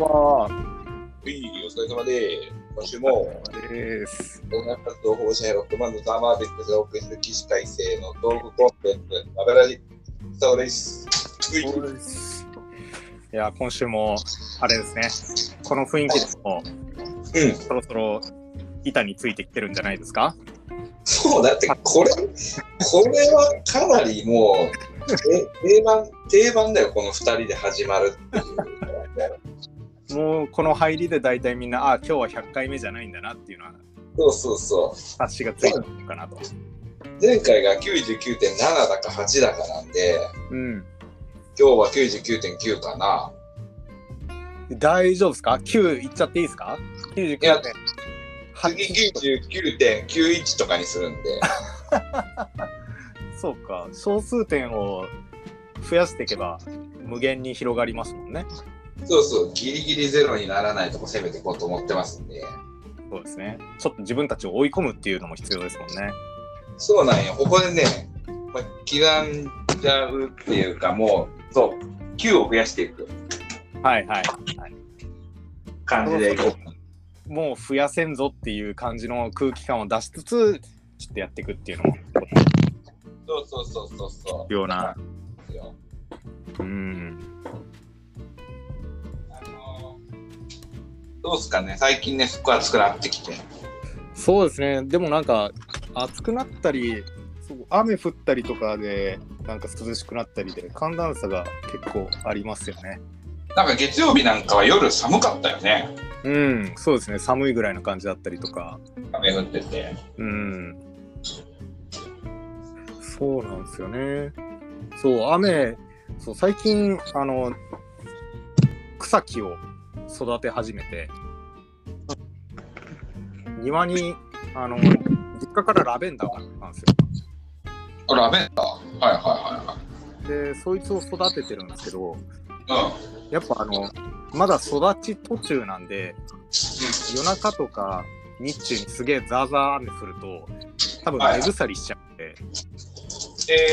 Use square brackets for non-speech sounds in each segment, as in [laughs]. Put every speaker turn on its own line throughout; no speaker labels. は。
はい、お疲れ様で、今週も
です。
音楽活動保護者やロックマンのターマーテックでお送りする起死回生のトークコンテンツ、マベラジスタオです。はい
いや、今週も、あれですね。この雰囲気でも、
うん、
そろそろ板についてきてるんじゃないですか
そう、だってこれ、これはかなりもう、 [laughs] え定番、定番だよ、この2人で始まるっていう。
もう、この入りで大体みんな、ああ、今日は100回目じゃないんだなっていうのは、
そうそうそ
察しがついてるのかなと。
う。前回が99.7だか8だかなんで、
うん。
今日は99.9かな。
大丈夫ですか ?9 いっちゃっていいですか ?99
いや
点。
次99.91とかにするんで。
そうか、小数点を増やしていけば無限に広がりますもんね。
そうそう、ギリギリゼロにならないとこ攻めていこうと思ってますんで。
そうですね。ちょっと自分たちを追い込むっていうのも必要ですもんね。
そうなんよ、ここでね、まあ、刻んじゃうっていうか、もう、そう、9を増やしていく
はいはい。
感じでいこ
もう増やせんぞっていう感じの空気感を出しつつ、ちょっとやっていくっていうのも
う。そうそうそうそうそ
必要な。
うよ。
うん。
あのどうすかね、最近ね、すっごい暑くなってきて。
そうですね。でもなんか暑くなったり、そう雨降ったりとかで、なんか涼しくなったりで、寒暖差が結構ありますよね。
なんか月曜日なんかは夜寒かったよね、
うん、そうですね。寒いぐらいの感じだったりとか。
雨降ってて。
うん。そうなんですよね。そう、雨、そう最近、あの、草木を育て始めて、庭に、あの、実家からラベンダーがあったんです
あラベンダーはいは
よ。で、そいつを育ててるんですけど、
いはいはい。うん。
やっぱあの、まだ育ち途中なんで、夜中とか日中にすげえザーザー雨降ると、多分
はいは
根
い
腐りしちゃって、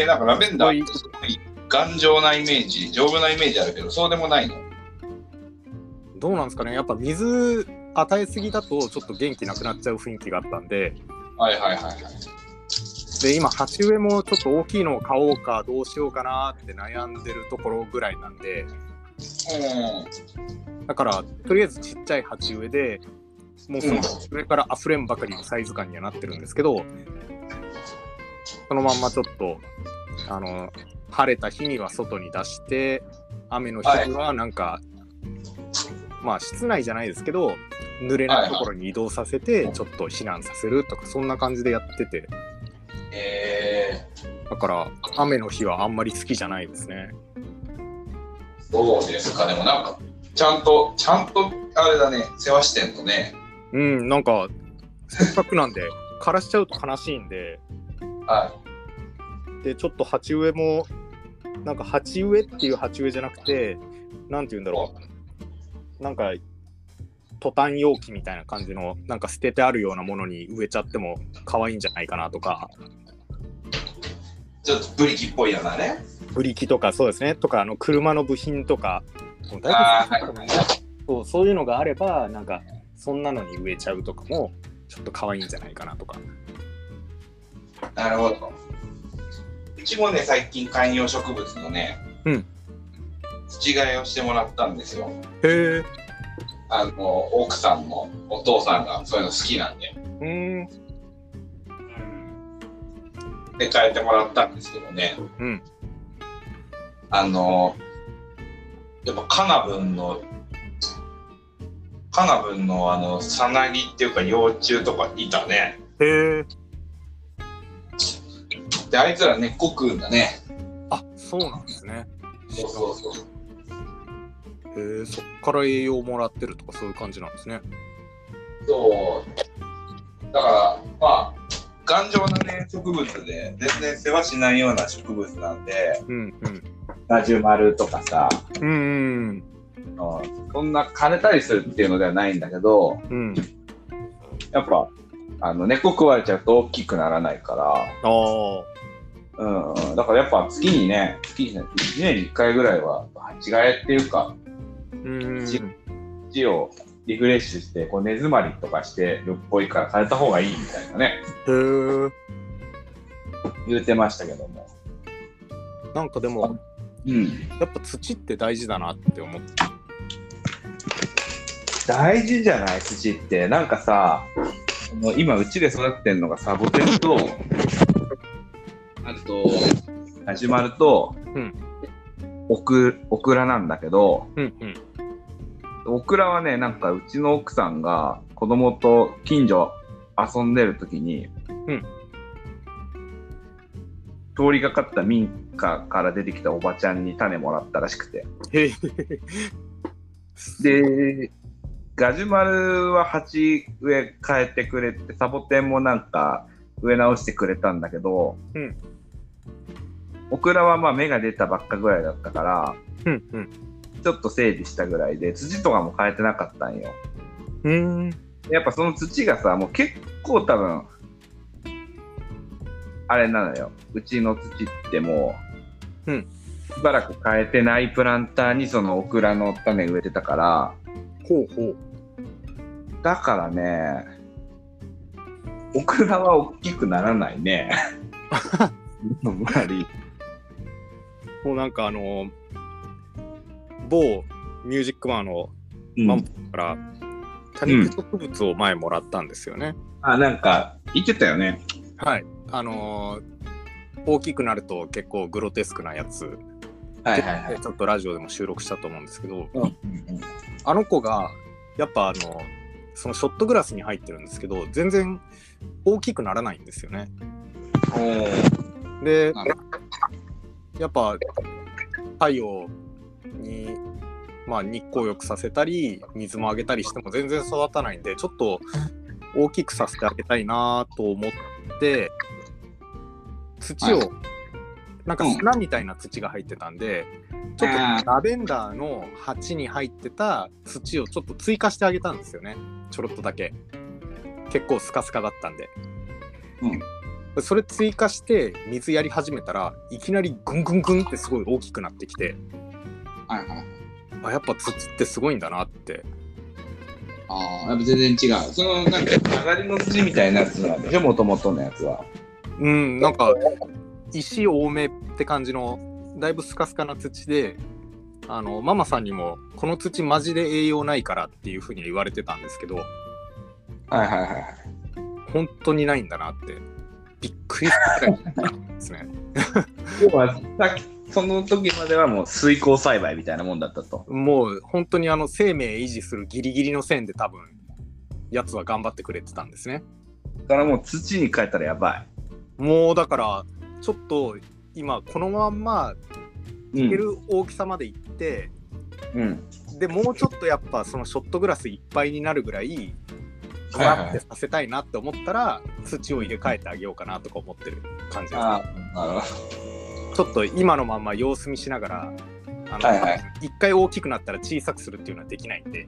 えー、なんかラベンダーってすごい頑丈なイメージ、丈夫なイメージあるけど、そうでもないの。
どうなんですかね、やっぱ水与えすぎだと、ちょっと元気なくなっちゃう雰囲気があったんで、
はいはいはいはい。
で今、鉢植えもちょっと大きいのを買おうか、どうしようかなって悩んでるところぐらいなんで、
う
だから、とりあえずちっちゃい鉢植えで、もうその鉢植えから溢れんばかりのサイズ感にはなってるんですけど、そのまんまちょっと、あの、晴れた日には外に出して、雨の日にはなんか、まあ室内じゃないですけど、濡れないところに移動させて、ちょっと避難させるとか、そんな感じでやってて、
ん。え
だから雨の日はあんまり好きじゃないですね。
ー、どうですか、でもなんか、ちゃんと、ちゃんと、あれだね、世話してんのね。
うん、なんか、せっかくなんで、枯らしちゃうと悲しいんで、
は
でちょっと鉢植えもなんか鉢植えっていう鉢植えじゃなくてなんて言うんだろうなんかトタン容器みたいな感じのなんか捨ててあるようなものに植えちゃっても可愛いんじゃないかなとか
い。ちょっとブリキっぽいようなね。
ブリキとかそうですねとかあの車の部品とかもう大
あー
体そうそういうのがあればなんかそんなのに植えちゃうとかもちょっと可愛いんじゃないかなとか
なるほど。うちもね、最近観葉植物のね、
うん
土替えをしてもらったんですよ。
へえ
あの、奥さんのお父さんがそういうの好きなんで。
うん
で、変えてもらったんですけどね。
うん
あの、やっぱカナブンの、カナブンのあの、さなぎっていうか幼虫とかいたね。
へえ
で、あいつら根っこ食うんだね。
あそうなんですね
そうそうそう。
へえそっから栄養をもらってるとかそういう感じなんですね。
そう。だから、まあ、頑丈なね、植物で、全然世話しないような植物なんで、
うんうん。
ナジュマルとかさ、
うん
うんそんな枯れたりするっていうのではないんだけど、
うん。
やっぱ、あの、根っこ食われちゃうと大きくならないから、
ああ。
うんうん、だからやっぱ月にね、月にね、1年に1回ぐらいは、違えっていうか、
うん。
日をリフレッシュして、こう根詰まりとかしてるっぽいから変えた方がいいみたいなね、
へえ。
言ってましたけども。
なんかでも、
うん。
やっぱ土って大事だなって思って。
大事じゃない土って。なんかさ、あの今うちで育ってるのがサボテンと、あと、始まると、
うん
オクオクラなんだけど、
うんうん。
オクラはね、なんかうちの奥さんが子供と近所遊んでる時に、
ん
通りがかった民家から出てきたおばちゃんに種もらったらしくて。
へえ。
で、ガジュマルは鉢植え変えてくれて、サボテンもなんか植え直してくれたんだけど、
うん
オクラはまあ芽が出たばっかぐらいだったから、
うんうん。
ちょっと整理したぐらいで、土とかも変えてなかったんよ。
うーん。
やっぱその土がさ、もう結構多分、あれなのよ。うちの土ってもう、
うん
しばらく変えてないプランターにそのオクラの種植えてたから、
ほうほう。
だからね、オクラは大きくならない [laughs] ね。あんまり。
もうなんかあのー某ミュージックマンの
うん
マンプから多肉植物を前もらったんですよね。
あ、なんか、言ってたよね。
はい。あのー大きくなると結構グロテスクなやつ、
はいはいはい。
でちょっとラジオでも収録したと思うんですけど、
うん
あの子がやっぱあのそのショットグラスに入ってるんですけど全然大きくならないんですよね。
うんうん
で
な
やっぱ太陽に、まあ、日光浴させたり水もあげたりしても全然育たないんでちょっと大きくさせてあげたいなと思って土を、
はい
なんか
うん
砂みたいな土が入ってたんで、ちょ
あ
っ
ー
とラベンダーの鉢に入ってた土をちょっと追加してあげたんですよねちょろっとだけ結構スカスカだったんで。それ追加して水やり始めたらいきなりグングングンってすごい大きくなってきて
はいはい。
あやっぱ土ってすごいんだなって
ああ、やっぱ全然違う。その、なんか、上がりの土みたいなやつなんでしょ、もともとのやつは。
うんなんか石多めって感じのだいぶスカスカな土であのママさんにも「この土マジで栄養ないから」っていうふうに言われてたんですけど
はいはいはいはい。
本当にないんだなってびっくりしたぐらいですね
要は、さっき、その時まではもう水耕栽培みたいなもんだったと。
もう本当にあの生命維持するギリギリの線で多分やつは頑張ってくれてたんですね
だからもう土に変えたらやば
もうだからちょっと今このまんま
い。
いける大きさまでいって、
うん。
でもうちょっとやっぱそのショットグラスいっぱいになるぐらい
は
グ
いはい
ワッてさせたいなって思ったら、土を入れ替えてあげようかなとか思ってる感じです
ああ、なるほ
ちょっと今のまんま様子見しながらあの、
はいはい
一回大きくなったら小さくするっていうのはできないんで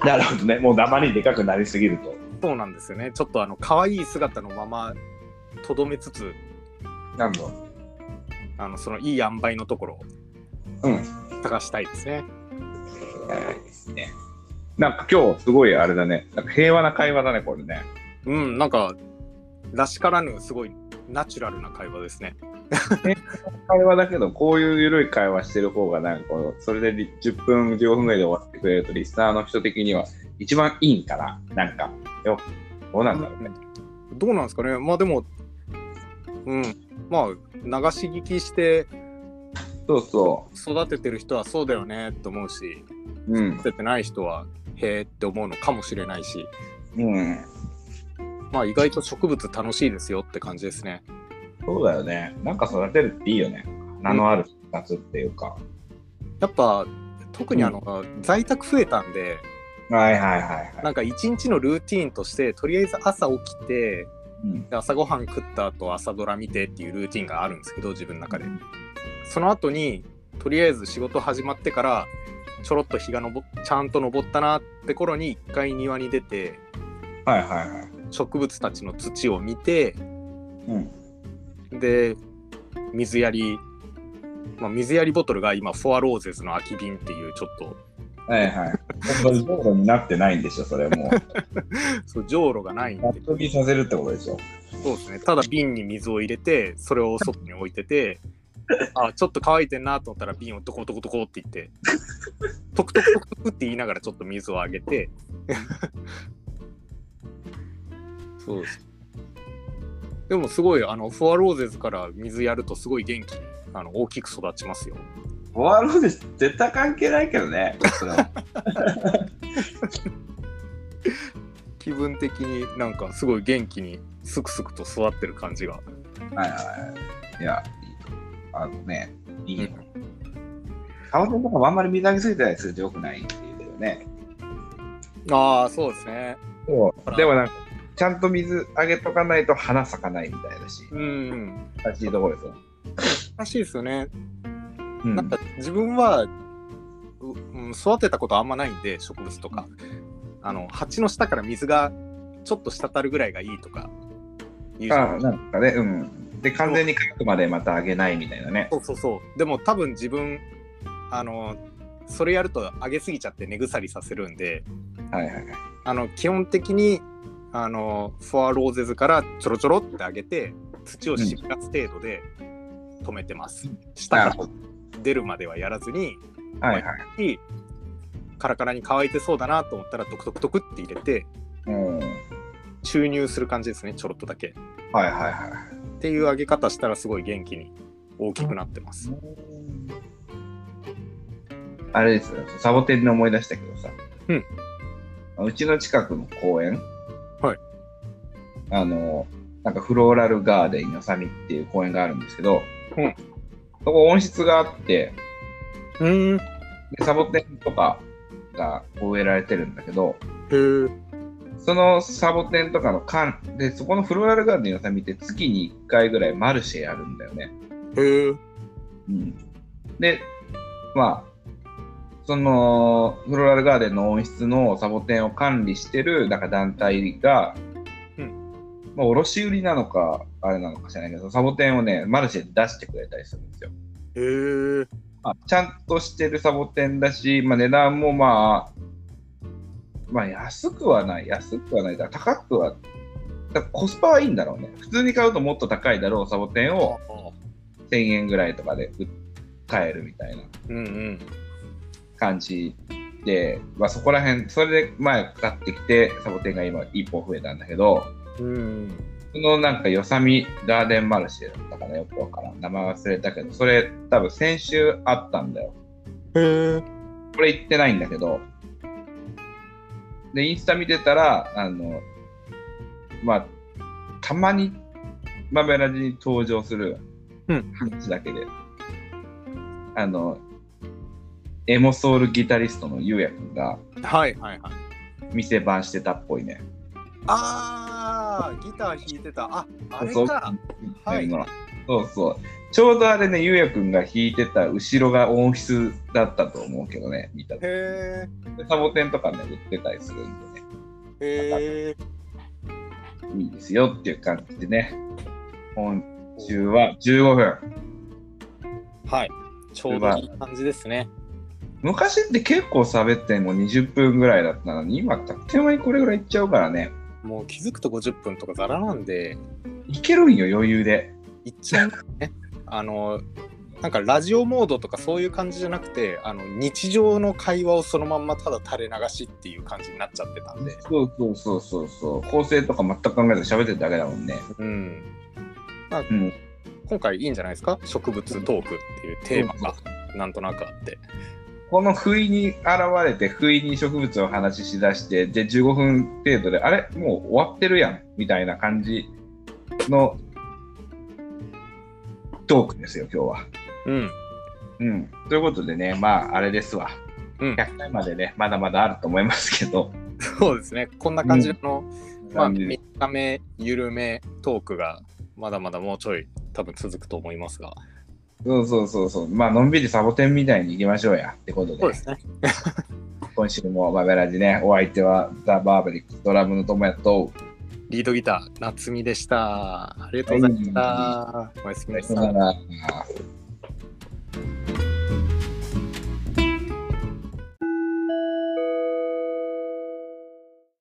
ど。なるほどね。もうあまりでかくなりすぎると。
そうなんですよねちょっとあの可愛い姿のままとどめつつ
なるほど。
あのそのいい塩梅のところを
うん
探したいですね、
なんか今日すごいあれだね。なんか平和な会話だね、これね。
うん、なんか、らしからぬ、すごいナチュラルな会話ですね。
会話だけど、こういう緩い会話してる方が、なんかこう、それでり10分、15分ぐらいで終わってくれると、リスナーの人的には一番いいんかな。なんか、よ、どうなんだろうね。
どうなんですかね、まあでも、うん、まあ、流し聞きして
そうそ
育ててる人はそうだよねと思うし、
う。うん。
育ててない人は、へえって思うのかもしれないし、
うん。
まあ意外と植物楽しいですよって感じですね。
そうだよね。なんか育てるっていいよね。名のある夏っていうか。
やっぱ、特にあの、在宅増えたんで、
はいはいはい。
ないんか一日のルーティーンとして、とりあえず朝起きて、
うん
で朝ごはん食った後朝ドラ見てっていうルーティンがあるんですけど自分の中でその後にとりあえず仕事始まってからちょろっと日が昇っちゃんと昇ったなって頃に一回庭に出て
はいはいはい。
植物たちの土を見て
うん。
で水やりまあ、水やりボトルが今、フォアローゼズの空き瓶っていう、ちょっと、
はいはい。そんな道路になってないんでしょ、それもう。
そう、じょうろがないん
納
で、
得させるってことでしょ。
そうですね。ただ瓶に水を入れて、それを外に置いて [laughs] て、あ、ちょっと乾いてんなと思ったら瓶をトコトコトコって言 [laughs] って、トクトクトクトクって言いながらちょっと水をあげて、 [laughs] そうです。でもすごい、あの、フォアローゼズから水やるとすごい元気に、あの、大きく育ちますよ。
フォアローで絶対関係ないけどね。それは
気分的になんかすごい元気に、すくすくと育ってる感じが。
はいはい。いや、いいとあのね、いいよ。カオルとかもあんまり水あげすぎたりするとよくないっていうけどね。
ああ、そうですね。
そうでもなんか、ちゃんと水あげとかないと花咲かないみたいだし、
うん。
難しいところですよ。
らしいですよね。
うん
なんか自分は、ううん、育てたことあんまないんで植物とかあの鉢の下から水がちょっと滴るぐらいがいいとか言うじゃ
あ
ん
なんかね、うん。で、完全に乾くまでまたあげないみたいなね。
そうそうそうでも多分自分あのそれやると上げすぎちゃって根腐りさせるんで
はいはいはい。
あの基本的にあのフォアローゼズからちょろちょろって上げて土を湿らす程度で止めてます、下
な
か
る
ら
ほど。
出るまではやらずに
はいはい。
しカラカラに乾いてそうだなと思ったらトクトクトクって入れて
うん。はい
注入する感じですねちょろっとだけっ
はいはい。
ていう揚げ方したらすごい元気に大きくなってます
あれですよサボテンで思い出したけどさ、
うん
うちの近くの公園、
はい、
あのなんかフローラルガーデンよさみっていう公園があるんですけど、
うん
そこ温室があって
うーんへ
でサボテンとかが植えられてるんだけど
え
そのサボテンとかの缶でそこのフローラルガーデンよさみって月に1回ぐらいマルシェやるんだよね。
へえ
で、まあ、そのフローラルガーデンの温室のサボテンを管理してるなんか団体が、
うん
まあ、卸売りなのかあれなのか知らないけどサボテンをねマルシェで出してくれたりするんですよ。
へえ
まあ、ちゃんとしてるサボテンだし、まあ、値段もまあ、まあ、安くはない安くはないだから高くはだからコスパはいいんだろうね普通に買うともっと高いだろうサボテンを1000円ぐらいとかで売っ買えるみたいな。
うんうん
感じで、まあ、そこら辺それで前買ってきてサボテンが今1本増えたんだけど
うん
そのなんかよさみガーデンマルシェだったかなよくわからん名前忘れたけどそれ多分先週あったんだよ
へえ
これ行ってないんだけどでインスタ見てたらあのまあたまに豆ラジに登場する
うん
話だけで、あのエモソウルギタリストのゆうやくんが
はいはいはい
店番してたっぽいね。
あーギター弾いてたああれかはい
そうそう。ちょうどあれね、ゆうやくんが弾いてた後ろが音質だったと思うけどね、見たら
へ
でサボテンとかね、売ってたりするんでね、
えへえ
いいですよっていう感じでね、今週は15分。
はいちょうどいい感じですね
昔って結構喋っても20分ぐらいだったのに、今、あっという間にこれぐらいいっちゃうからね、
もう気づくと50分とかザラなんで
いけるんよ、余裕で。
いっちゃうね。 [laughs] あのなんかラジオモードとかそういう感じじゃなくてあの日常の会話をそのまんまただ垂れ流しっていう感じになっちゃってたんで、
そうそうそうそうそう、構成とか全く考えず喋ってるだけだもんね。
うんまあ
うん
今回いいんじゃないですか植物トークっていうテーマがなんとなくあって
この不意に現れて不意に植物を話ししだしてで15分程度であれもう終わってるやんみたいな感じのトークですよ今日は。
うん
うん、ということでねまああれですわ
うん
100回までねまだまだあると思いますけど、
そうですねこんな感じの、まあ
感じで
3日目緩めトークがまだまだもうちょい多分続くと思いますが
そうそうそうそうまあのんびりサボテンみたいに行きましょうやってことで
そうですね
今週もバベラジねお相手はザ・バーベリックドラムの友也と
リードギター夏美でしたありがとうございました、おやすみな
さ
さ
よ
い
なら。